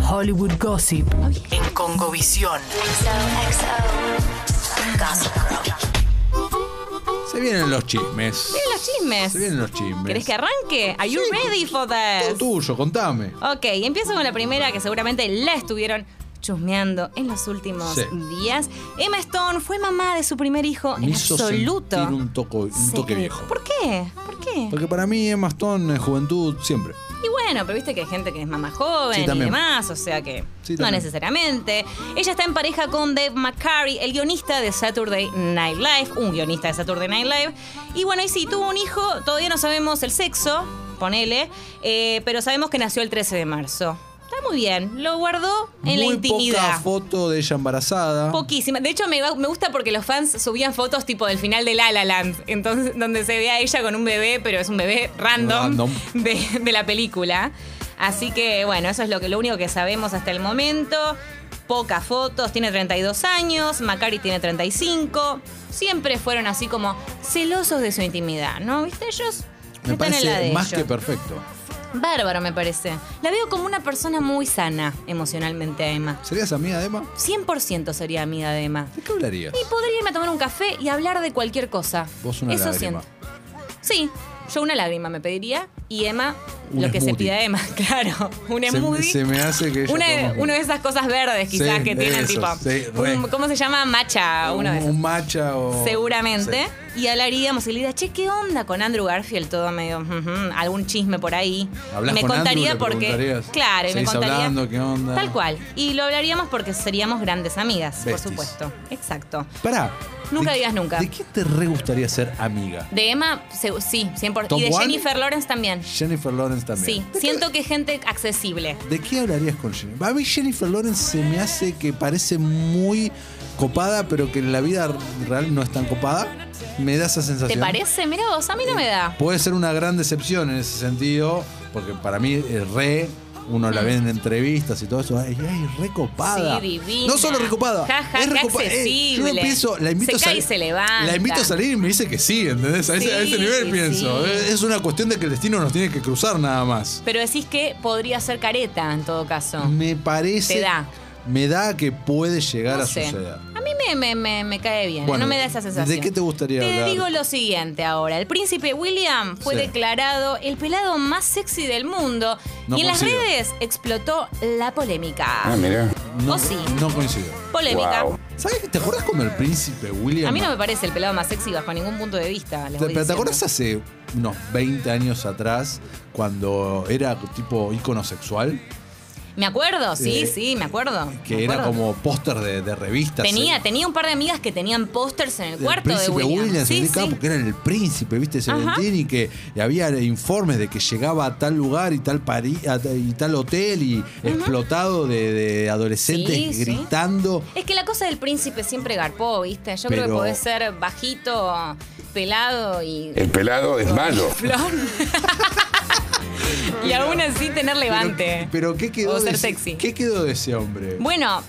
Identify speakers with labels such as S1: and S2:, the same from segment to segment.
S1: Hollywood Gossip en Congovisión.
S2: Se vienen los chismes.
S3: Miren los chismes.
S2: Se vienen los chismes.
S3: ¿Querés que arranque? Are you
S2: Sí.
S3: ready for
S2: Todo
S3: this?
S2: tuyo, contame.
S3: Ok, empiezo con la primera que seguramente la estuvieron chusmeando en los últimos
S2: Sí.
S3: días. Emma Stone fue mamá de su primer hijo
S2: Me
S3: en
S2: hizo
S3: absoluto.
S2: sentir un, toco- un toque
S3: Sí.
S2: viejo.
S3: ¿Por qué? ¿Por qué?
S2: Porque para mí Emma Stone en juventud siempre.
S3: Y bueno, pero viste que hay gente que es mamá joven
S2: Sí,
S3: y
S2: también.
S3: demás, o sea que
S2: Sí,
S3: no
S2: también.
S3: necesariamente. Ella está en pareja con Dave McCary, el guionista de Saturday Night Live, un guionista de Saturday Night Live. Y bueno, y sí, tuvo un hijo, todavía no sabemos el sexo, ponele, eh, pero sabemos que nació el 13 de marzo. Está muy bien, lo guardó en la
S2: Muy poca
S3: intimidad.
S2: foto de ella embarazada.
S3: Poquísima. De hecho, me, va- me gusta porque los fans subían fotos tipo del final de La La Land, entonces, donde se ve a ella con un bebé, pero es un bebé random,
S2: Random.
S3: De, de la película. Así que, bueno, eso es lo, que, lo único que sabemos hasta el momento. Pocas fotos, tiene 32 años, Macari tiene 35. Siempre fueron así como celosos de su intimidad, ¿no? ¿Viste? Ellos
S2: me
S3: están en la
S2: parece
S3: de
S2: más que
S3: ellos.
S2: perfecto.
S3: Bárbaro, me parece. La veo como una persona muy sana emocionalmente, Emma.
S2: ¿Serías amiga de Emma?
S3: 100% sería amiga de Emma.
S2: ¿De qué hablarías?
S3: Y podría irme a tomar un café y hablar de cualquier cosa.
S2: Vos una
S3: Eso
S2: lágrima.
S3: siento. Sí, yo una lágrima me pediría y Emma,
S2: Un
S3: lo que se
S2: smoothie.
S3: pida Emma, claro. Un smoothie.
S2: se me hace que ella
S3: una,
S2: toma un-
S3: una de esas cosas verdes quizás
S2: Sí,
S3: que tienen,
S2: esos,
S3: tipo.
S2: sí, re.
S3: un- ¿Cómo se llama? Macha, uno de
S2: un,
S3: esos.
S2: un matcha o...
S3: ah, Seguramente.
S2: Sí.
S3: Y hablaríamos y le diría, che, ¿qué onda con Andrew Garfield? Todo medio, ujú, algún chisme por ahí.
S2: Hablas
S3: Y me
S2: con
S3: contaría
S2: Andrew, le
S3: porque.
S2: preguntarías,
S3: Claro, y me
S2: ¿seguís
S3: contaría.
S2: hablando? ¿Qué onda?
S3: Tal cual. Y lo hablaríamos porque seríamos grandes amigas,
S2: Besties.
S3: por supuesto. Exacto.
S2: Pará.
S3: Nunca
S2: ¿De-
S3: digas nunca.
S2: ¿De quién te re gustaría ser amiga?
S3: De Emma, se- sí, 100%.
S2: ¿Top
S3: Y de
S2: one?
S3: Jennifer Lawrence también.
S2: Jennifer Lawrence también.
S3: Sí, siento que es gente accesible.
S2: ¿De qué hablarías con Jennifer? A mí Jennifer Lawrence se me hace que parece muy copada, pero que en la vida real no es tan copada. Me da esa sensación.
S3: ¿Te parece? Mira vos, a mí no me da.
S2: Puede ser una gran decepción en ese sentido, porque para mí es re, uno la ve en entrevistas y todo eso, ay, ay recopada.
S3: Mm. Sí, divina.
S2: No solo recopada,
S3: Ja, ja,
S2: es
S3: qué
S2: recopada. Eh, yo
S3: accesible.
S2: empiezo, la invito
S3: Se
S2: a salir.
S3: cae y se levanta.
S2: La invito a salir y me dice que sí, ¿entendés? A, ese, a ese
S3: Sí,
S2: nivel
S3: sí,
S2: pienso.
S3: sí.
S2: Es- Es una cuestión de que el destino nos tiene que cruzar nada más.
S3: Pero decís que podría ser careta en todo caso.
S2: Me parece.
S3: Te da.
S2: Me da que puede llegar
S3: No
S2: a
S3: sé.
S2: suceder.
S3: A mí me, me- me- me cae bien,
S2: Bueno,
S3: no me da esa sensación.
S2: ¿de qué te gustaría
S3: Te
S2: hablar?
S3: digo lo siguiente ahora. El príncipe William fue
S2: Sí.
S3: declarado el pelado más sexy del mundo
S2: No
S3: y en
S2: coincido.
S3: las redes explotó la polémica.
S4: Ah,
S2: No,
S3: ¿O sí?
S2: no coincido.
S3: Polémica.
S2: ¿Sabes? ¿Te acordás cuando el príncipe William?
S3: A mí no me parece el pelado más sexy bajo ningún punto de vista. les
S2: ¿Te, pero
S3: voy
S2: ¿te
S3: diciendo.
S2: acordás hace unos 20 años atrás cuando era tipo ícono sexual?
S3: Me acuerdo, sí,
S2: Eh,
S3: sí, me acuerdo.
S2: Que
S3: me
S2: era
S3: acuerdo.
S2: como póster de, de revistas.
S3: Tenía,
S2: El-
S3: tenía un par de amigas que tenían pósters en el,
S2: del
S3: cuarto de
S2: príncipe
S3: William.
S2: se
S3: sí,
S2: indicaba
S3: sí.
S2: porque era el príncipe, ¿viste? Se
S3: Ajá.
S2: vendían y que y había informes de que llegaba a tal lugar y tal pari- a- y tal hotel y explotado de, de adolescentes
S3: Sí, sí.
S2: gritando.
S3: Es que la cosa del príncipe siempre garpó, ¿viste? Yo creo que
S2: Pero-
S3: podés ser bajito, pelado y.
S4: El pelado es malo.
S3: flor. y aún así tener levante.
S2: Pero, pero ¿qué quedó
S3: O ser
S2: de, ese-
S3: sexy.
S2: ¿Qué quedó de ese hombre?
S3: Bueno,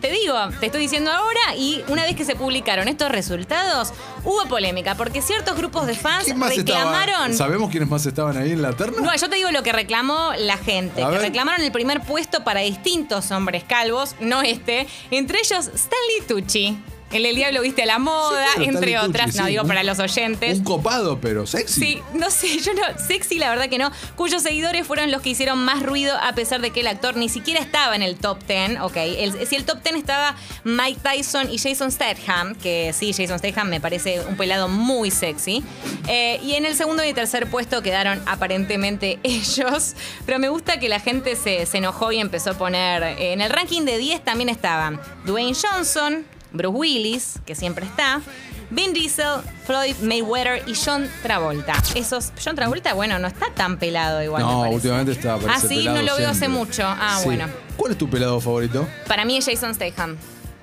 S3: te digo, te estoy diciendo ahora y una vez que se publicaron estos resultados, hubo polémica porque ciertos grupos de fans
S2: ¿Quién más
S3: reclamaron.
S2: estaba? ¿Sabemos quiénes más estaban ahí en la terna?
S3: No, yo te digo lo que reclamó la gente.
S2: A
S3: que
S2: ver.
S3: reclamaron el primer puesto para distintos hombres calvos, no este. Entre ellos, Stanley Tucci. El El Diablo Viste a la Moda,
S2: Sí, claro,
S3: entre
S2: Stanley
S3: otras.
S2: Tucci,
S3: no,
S2: sí,
S3: digo
S2: un-
S3: para los oyentes.
S2: Un copado, pero sexy.
S3: Sí, no sé, yo no, sexy la verdad que no, cuyos seguidores fueron los que hicieron más ruido a pesar de que el actor ni siquiera estaba en el top 10, ok, el- si el top 10 estaba Mike Tyson y Jason Statham, que sí, Jason Statham me parece un pelado muy sexy, eh, y en el segundo y tercer puesto quedaron aparentemente ellos, pero me gusta que la gente se, se enojó y empezó a poner, eh, en el ranking de 10 también estaban Dwayne Johnson, Bruce Willis, que siempre está, Vin Diesel, Floyd Mayweather y John Travolta. Esos, John Travolta, bueno, no está tan pelado igual. me
S2: No,
S3: parece.
S2: últimamente estaba
S3: Ah, sí, no lo veo hace mucho. Ah, bueno.
S2: ¿Cuál es tu pelado favorito?
S3: Para mí es Jason Statham.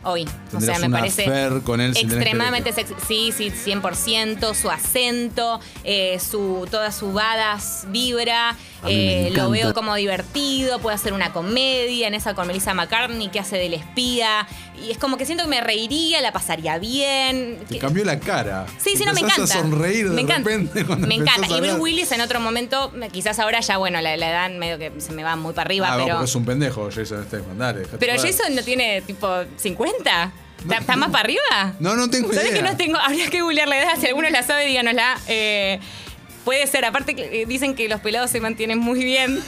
S3: hoy. O
S2: Tendrás
S3: sea, me
S2: un
S3: parece
S2: affair con él sin tener
S3: extremadamente sexy. Sí, sí, 100%. Su acento, eh, su, todas sus badas, vibra.
S4: A mí me
S3: eh, lo
S4: encanta.
S3: veo como divertido, puede hacer una comedia en esa con Melissa McCartney que hace del espía. Y es como que siento que me reiría, la pasaría bien.
S2: Te
S3: que-
S2: cambió la cara.
S3: Sí, sí, no, me
S2: Empezás
S3: encanta.
S2: a sonreír de
S3: me encanta.
S2: repente cuando
S3: me
S2: empezás
S3: encanta.
S2: a
S3: Y Bruce
S2: hablar.
S3: Willis en otro momento, quizás ahora ya, bueno, la, la edad medio que se me va muy para arriba,
S2: Ah,
S3: pero.
S2: porque es un pendejo, Jason Statham. Dale, dejate
S3: Pero
S2: joder.
S3: Jason no tiene tipo 50. ¿Está, está más para arriba?
S2: No, no tengo
S3: ¿Sabés
S2: idea.
S3: que no tengo? Habría que googlear la edad. Si alguno la sabe, díganosla. Eh, puede ser. Aparte, que, eh, dicen que los pelados se mantienen muy bien.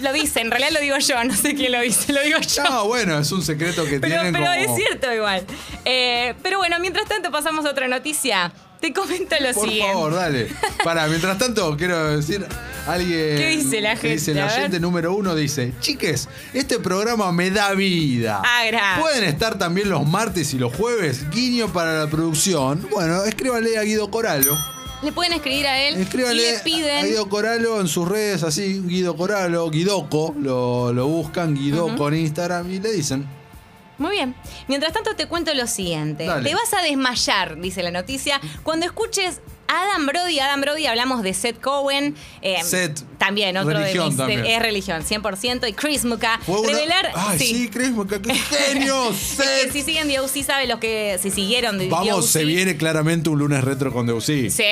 S3: Lo dicen. En realidad lo digo yo. No sé quién lo dice. Lo digo yo.
S2: No, bueno, es un secreto que
S3: pero
S2: tienen
S3: pero
S2: como...
S3: es cierto igual. Eh, pero bueno, mientras tanto pasamos a otra noticia. Te comento lo
S2: Por
S3: siguiente.
S2: favor, dale. Para, mientras tanto, quiero decir, alguien...
S3: ¿Qué dice la
S2: que Dice,
S3: gente?
S2: la
S3: A ver.
S2: gente número uno dice, chiques, este programa me da vida.
S3: Ah, gracias.
S2: Pueden estar también los martes y los jueves, guiño para la producción. Bueno, escríbanle a Guido Coralo.
S3: Le pueden escribir a él y
S2: Escríbanle
S3: le
S2: a
S3: piden.
S2: Guido Coralo en sus redes, así, Guido Coralo, Guidoco, lo, lo buscan, Guidoco en Instagram y le dicen,
S3: Muy bien. Mientras tanto te cuento lo siguiente.
S2: Dale.
S3: Te vas a desmayar, dice la noticia, cuando escuches a Adam Brody. Adam Brody, hablamos de Seth Cohen. eh,
S2: Seth.
S3: También, otro
S2: Religión
S3: de mis-
S2: también.
S3: Es religión, 100%. Y Chris Muka.
S2: Fue una-
S3: Revelar...
S2: Ay, sí, Chris Muka, qué genio,
S3: Es
S2: Seth.
S3: que si siguen DOC, sabe los que si siguieron de
S2: Vamos,
S3: DOC.
S2: se viene claramente un lunes retro con Deusí.
S3: Sí.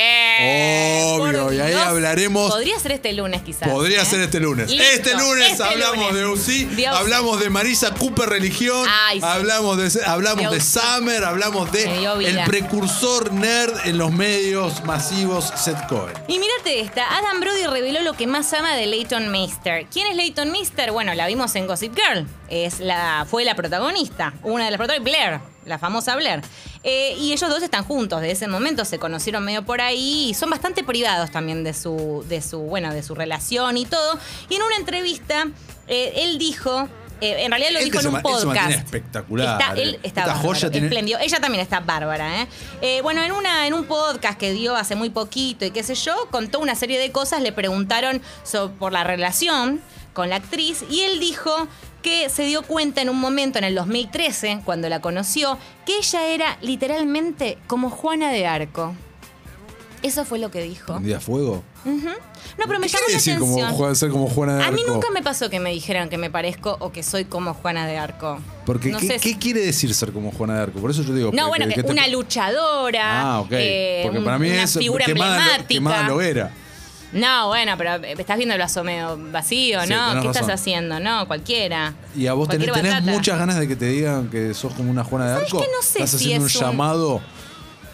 S2: Obvio,
S3: Por
S2: y ahí
S3: Dios.
S2: hablaremos-
S3: Podría ser este lunes, quizás.
S2: Podría
S3: ¿eh?
S2: ser este lunes.
S3: Listo,
S2: Este lunes
S3: este
S2: hablamos
S3: lunes.
S2: de UCI,
S3: Dios.
S2: hablamos de Marisa Cooper Religión,
S3: Ay, sí.
S2: hablamos de hablamos de
S3: Dios.
S2: Summer, hablamos
S3: Me
S2: de
S3: dio vida.
S2: el precursor nerd en los medios masivos Seth Cohen.
S3: Y mírate esta, Adam Brody reveló lo que más ama de Leighton Meester. ¿Quién es Leighton Meester? Bueno, la vimos en Gossip Girl. Es la, fue la protagonista, una de las protagonistas, Blair, la famosa Blair. Eh, y ellos dos están juntos de ese momento, se conocieron medio por ahí y son bastante privados también de su, de su, bueno, de su relación y todo. Y en una entrevista, eh, él dijo. eh, en realidad lo
S2: Él
S3: dijo
S2: se
S3: en un
S2: ma- él se
S3: podcast.
S2: mantiene espectacular,
S3: Está, él
S2: eh.
S3: está
S2: Esta
S3: bárbaro,
S2: joya tiene-
S3: espléndido. Ella también está bárbara, ¿eh? Eh, bueno, en, una, en un podcast que dio hace muy poquito y qué sé yo, contó una serie de cosas, le preguntaron so- por la relación con la actriz y él dijo que se dio cuenta en un momento, en el 2013, cuando la conoció, que ella era literalmente como Juana de Arco. Eso fue lo que dijo.
S2: ¿Prendía fuego?
S3: No, pero me
S2: ¿Qué
S3: llamó
S2: quiere
S3: la
S2: decir
S3: atención.
S2: como, Juan- ser como Juana de
S3: A
S2: Arco?
S3: mí nunca me pasó que me dijeran que me parezco o que soy como Juana de Arco.
S2: Porque,
S3: No
S2: ¿qué,
S3: sé si-
S2: qué quiere decir ser como Juana de Arco? Por eso yo digo...
S3: No, bueno, que
S2: te-
S3: una luchadora.
S2: Ah, ok.
S3: eh,
S2: Porque
S3: un-
S2: para mí
S3: una
S2: es
S3: figura
S2: quemada,
S3: emblemática.
S2: quemada en la hoguera.
S3: No, bueno, pero eh, estás viendo el vaso medio vacío,
S2: Sí,
S3: ¿no?
S2: tenés
S3: ¿Qué
S2: razón.
S3: estás haciendo? No, cualquiera.
S2: Y a vos tenés,
S3: Cualquier
S2: tenés
S3: batata.
S2: muchas ganas de que te digan que sos como una Juana de
S3: ¿Sabés
S2: Arco.
S3: qué? No sé
S2: Estás
S3: si
S2: haciendo
S3: es
S2: un
S3: un-
S2: llamado.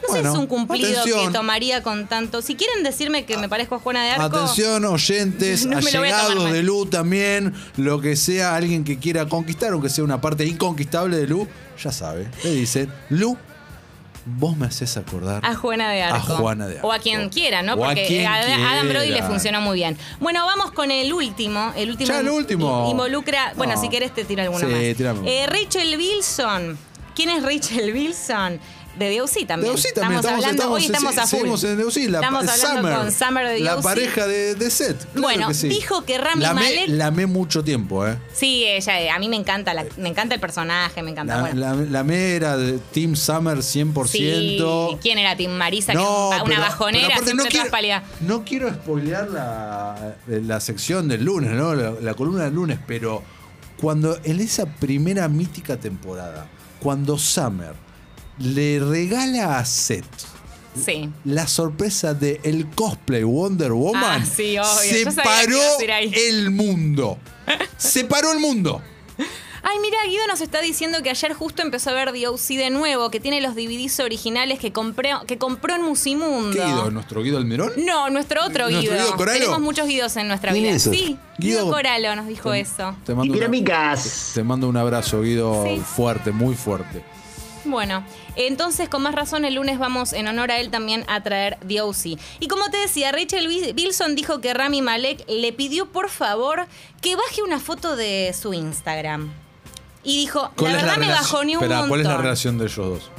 S3: No sé
S2: Bueno,
S3: si es un cumplido
S2: atención.
S3: que tomaría con tanto. Si quieren decirme que me parezco a Juana de Arco.
S2: Atención, oyentes,
S3: No me lo voy a tomar
S2: allegados
S3: mal.
S2: de Lu también, lo que sea, alguien que quiera conquistar, aunque sea una parte inconquistable de Lu, ya sabe. Le dicen, Lu, vos me haces acordar.
S3: A Juana de Arco.
S2: A Juana de Arco.
S3: O a quien quiera, ¿no?
S2: O a
S3: Porque
S2: quien
S3: a, Adam
S2: quiera.
S3: Brody le funcionó muy bien. Bueno, vamos con el último. El último
S2: Ya, el último.
S3: in- Involucra. Bueno,
S2: No.
S3: si querés te tiro alguno
S2: Sí,
S3: más.
S2: tirame.
S3: Eh, Rachel Wilson. ¿Quién es Rachel Wilson? De DOC también.
S2: Deusi también.
S3: Estamos, hablando, hoy estamos a
S2: sí,
S3: full.
S2: seguimos en Deusi, la
S3: estamos
S2: pa-
S3: hablando
S2: Summer,
S3: con Summer de
S2: La
S3: DOC.
S2: pareja de, de Seth. claro
S3: Bueno,
S2: que sí.
S3: dijo que Rami
S2: Lamé-
S3: Malek-
S2: Lamé mucho tiempo, ¿eh?
S3: Sí, ella, eh, a mí me encanta, la- me encanta el personaje, me encanta.
S2: La,
S3: bueno,
S2: la- la mera de Team Summer 100%.
S3: sí, ¿quién era Tim Marisa? que
S2: No,
S3: era una
S2: pero-
S3: bajonera,
S2: pero aparte
S3: siempre
S2: no
S3: tras
S2: quiero,
S3: pálida.
S2: no quiero spoilear la, eh, la sección del lunes, ¿no? La, la columna del lunes, pero cuando en esa primera mítica temporada, cuando Summer le regala a Seth
S3: Sí.
S2: la sorpresa de el cosplay Wonder Woman
S3: Ah, sí, obvio. Yo sabía que
S2: separó
S3: ibas a ir ahí.
S2: el mundo. Separó el mundo.
S3: Ay, mira, Guido nos está diciendo que ayer justo empezó a ver DOC de nuevo, que tiene los DVDs originales que, compré, que compró en Musimundo.
S2: ¿Qué Guido? ¿Nuestro Guido Almirón?
S3: No, nuestro otro
S2: ¿Nuestro
S3: Guido.
S2: Guido Coralo?
S3: Tenemos muchos Guidos en nuestra
S4: ¿Quién
S3: vida.
S4: es ese?
S3: Sí, Guido, Coralo nos dijo
S2: te-
S3: eso.
S2: Te mando, una-
S4: Piramicas.
S2: te mando un abrazo, Guido,
S3: Sí.
S2: fuerte, muy fuerte.
S3: Bueno, entonces con más razón el lunes vamos en honor a él también a traer DOC. Y como te decía, Rachel Wi- Wilson dijo que Rami Malek le pidió por favor que baje una foto de su Instagram. Y dijo, la
S2: es
S3: verdad me
S2: relaci-
S3: bajó ni un
S2: Esperá, ¿cuál es la
S3: montón".
S2: relación de ellos dos?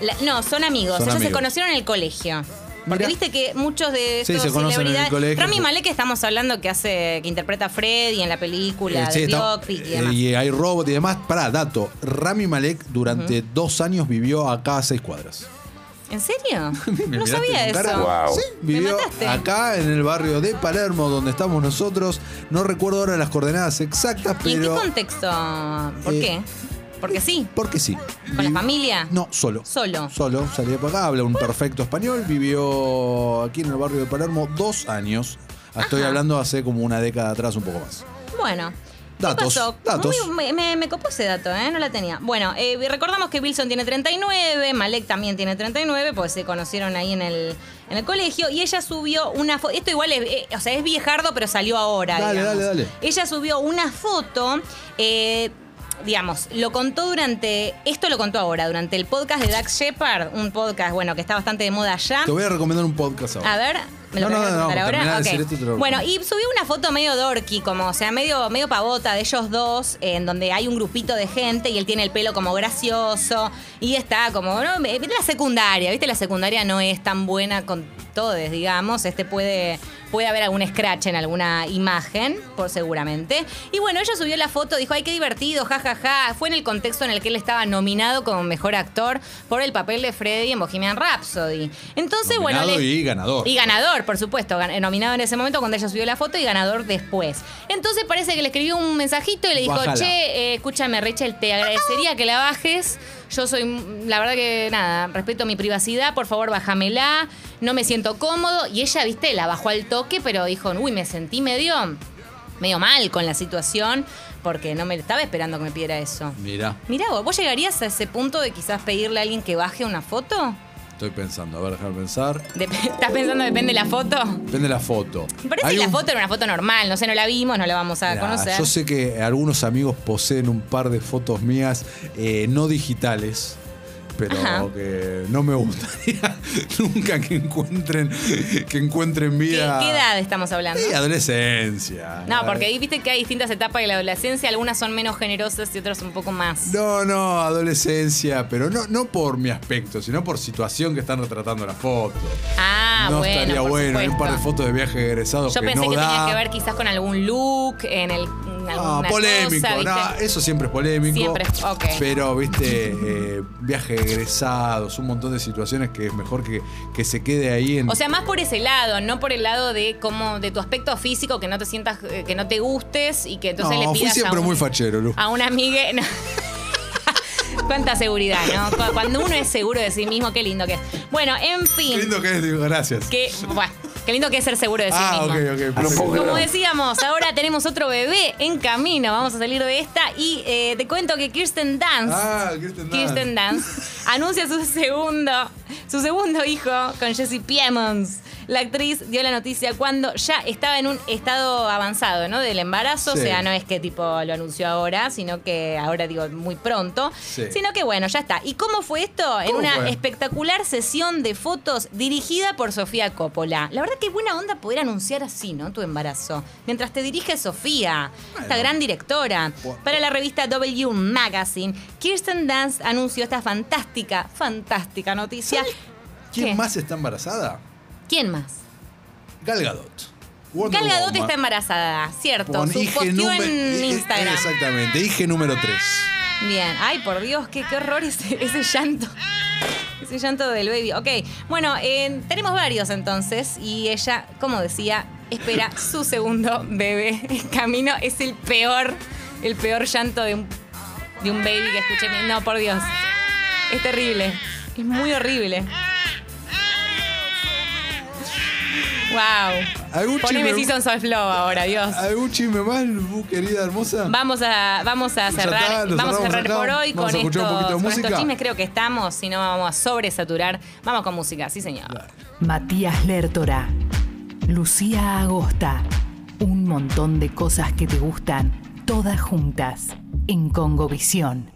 S3: La- no, son amigos.
S2: Son
S3: Ellos se
S2: amigos.
S3: conocieron en el colegio. Porque
S2: Mirá.
S3: viste que muchos de
S2: Sí,
S3: estos
S2: se conocen en el
S3: celebridades-
S2: colegio.
S3: Rami Malek estamos hablando que hace, que interpreta a Freddy en la película,
S2: Eh, sí,
S3: de
S2: está-
S3: Biopic y
S2: eh,
S3: demás.
S2: y hay robot y demás. Pará, dato. Rami Malek durante dos años vivió acá a seis cuadras.
S3: ¿En serio?
S2: Me
S3: no
S2: miraste
S3: sabía
S2: con
S3: eso.
S2: cara-
S4: Guau.
S2: Sí,
S3: Me
S2: vivió
S3: mataste.
S2: acá en el barrio de Palermo, donde estamos nosotros. No recuerdo ahora las coordenadas exactas,
S3: ¿Y en qué
S2: pero.
S3: contexto? ¿Por
S2: Eh,
S3: qué? Porque sí.
S2: Porque sí.
S3: ¿Con la
S2: Vivi-
S3: familia?
S2: No, solo.
S3: Solo.
S2: Solo, salía para acá, habla un perfecto español, vivió aquí en el barrio de Palermo dos años. Estoy
S3: Ajá.
S2: hablando hace como una década atrás, un poco más.
S3: Bueno. ¿qué
S2: Datos,
S3: pasó?
S2: datos.
S3: Muy- me, me- me copó ese dato, ¿eh? No la tenía. Bueno, eh, recordamos que Wilson tiene 39, Malek también tiene 39, pues se conocieron ahí en el, en el colegio. Y ella subió una foto. Esto igual es, eh, o sea, es viejardo, pero salió ahora.
S2: Dale,
S3: digamos.
S2: dale, dale.
S3: Ella subió una foto. eh, Digamos, lo contó durante. Esto lo contó ahora, durante el podcast de Dax Shepard, un podcast, bueno, que está bastante de moda ya.
S2: Te voy a recomendar un podcast ahora.
S3: Ah. A ver, ¿me lo
S2: No, no,
S3: querés
S2: no, no,
S3: contar
S2: terminá
S3: ahora?
S2: de
S3: Ok.
S2: decir esto y te lo
S3: Bueno,
S2: cuento.
S3: y subí una foto medio dorky, como, o sea, medio, medio pavota de ellos dos, en donde hay un grupito de gente y él tiene el pelo como gracioso y está como, no, me- la secundaria, ¿viste? La secundaria no es tan buena con todos, digamos. Este puede, puede haber algún scratch en alguna imagen, por seguramente. Y bueno, ella subió la foto, dijo, ay, qué divertido, jajaja. Fue en el contexto en el que él estaba nominado como mejor actor por el papel de Freddy en Bohemian Rhapsody. Entonces, bueno,
S2: Nominado
S3: le-
S2: y ganador.
S3: y ganador, por supuesto. gan- Nominado en ese momento cuando ella subió la foto y ganador después. Entonces parece que le escribió un mensajito y le dijo,
S2: Bájala.
S3: che, eh, escúchame, Rachel, te agradecería que la bajes. Yo soy, mm, la verdad que nada, respeto mi privacidad, por favor, bájamela. No me siento cómodo. Y ella, viste, la bajó al toque, pero dijo, uy, me sentí medio, medio mal con la situación porque no me estaba esperando que me pidiera eso.
S2: Mirá,
S3: Mirá vos, ¿vos llegarías a ese punto de quizás pedirle a alguien que baje una foto?
S2: estoy pensando, a ver, dejar pensar.
S3: Dep- ¿Estás pensando depende de la foto?
S2: Depende de la foto.
S3: Me parece
S2: Hay
S3: que la
S2: un-
S3: foto era una foto normal, no sé, no la vimos, no la vamos a
S2: Mirá,
S3: conocer.
S2: Yo sé que algunos amigos poseen un par de fotos mías eh, no digitales. Pero
S3: Ajá.
S2: que no me gustaría nunca que encuentren que encuentren
S3: ¿Qué,
S2: vida.
S3: qué edad estamos hablando?
S2: Sí, adolescencia.
S3: No, porque ahí viste que hay distintas etapas de la adolescencia, algunas son menos generosas y otras un poco más.
S2: No, no, adolescencia, pero no, no por mi aspecto, sino por situación que están retratando la foto.
S3: ah,
S2: no
S3: bueno.
S2: estaría
S3: por
S2: bueno, hay un par de
S3: supuesto.
S2: fotos de viaje de egresados
S3: Yo
S2: que
S3: pensé
S2: no
S3: que
S2: da.
S3: tenía que ver quizás con algún look, en el en
S2: Ah,
S3: alguna
S2: polémico,
S3: cosa, ¿viste?
S2: no, eso siempre es polémico.
S3: Siempre es- ok.
S2: Pero, viste, eh, viajes egresados, un montón de situaciones que es mejor que, que se quede ahí en.
S3: O sea, más por ese lado, no por el lado de cómo de tu aspecto físico que no te sientas eh, que no te gustes y que entonces
S2: no,
S3: le
S2: fui
S3: pidas
S2: siempre
S3: a un-
S2: muy fachero, Lu.
S3: a una amiga. no. Cuánta seguridad, ¿no? Cu- Cuando uno es seguro de sí mismo, qué lindo que es. Bueno, en
S2: Qué
S3: fin.
S2: lindo que es, digo, gracias.
S3: que, bueno, qué lindo que es ser seguro de sí
S2: ah, ok,
S3: mismo.
S2: ok. perfecto.
S4: puedo
S3: Como
S4: Claro.
S3: decíamos, ahora tenemos otro bebé en camino. Vamos a salir de esta. Y eh, te cuento que Kirsten Dunst.
S2: Ah, Kirsten Dunst.
S3: Kirsten Dunst anuncia su segundo, su segundo hijo con Jesse Plemons. La actriz dio la noticia cuando ya estaba en un estado avanzado, ¿no? Del embarazo,
S2: Sí.
S3: o sea, no es que tipo lo anunció ahora, sino que ahora digo muy pronto,
S2: Sí.
S3: sino que bueno, ya está. ¿Y cómo fue esto? En
S2: ¿Cómo
S3: una
S2: fue?
S3: espectacular sesión de fotos dirigida por Sofía Coppola. La verdad que buena onda poder anunciar así, ¿no? Tu embarazo. Mientras te dirige Sofía, esta gran directora.
S2: Bueno.
S3: Para la revista W Magazine, Kirsten Dunst anunció esta fantástica, fantástica noticia.
S2: ¿Quién
S3: ¿Qué?
S2: más está embarazada?
S3: ¿Quién más?
S2: Gal Gadot. Wonder
S3: Gal Gadot
S2: Woman.
S3: está embarazada, cierto.
S2: Con
S3: Su
S2: IG
S3: posteó
S2: número-
S3: en
S2: eh,
S3: Instagram. Ah.
S2: Exactamente, IG número 3.
S3: Bien. Ay, por Dios, qué, qué horror ese, ese llanto. Ese llanto del baby. Ok. Bueno, eh, tenemos varios entonces. Y ella, como decía, espera su segundo bebé. El camino es el peor, el peor llanto de un, de un baby que escuché. No, por Dios. Es terrible. Es muy horrible. Wow.
S2: Algún
S3: Poneme
S2: chisme-
S3: Seasons of Love ahora, Dios.
S2: ¿Algún chisme más, Lu, querida hermosa?
S3: Vamos a, vamos a
S2: Ya
S3: cerrar,
S2: está, lo
S3: vamos a
S2: cerramos
S3: cerrar
S2: acá.
S3: por hoy
S2: Vamos
S3: con,
S2: a escuchar un
S3: estos,
S2: poquito de
S3: con estos
S2: música.
S3: chismes. Creo que estamos, si no vamos a sobresaturar. Vamos con música, sí señor.
S1: Matías Lertora. Lucía Agosta. Un montón de cosas que te gustan, todas juntas. En Congovisión.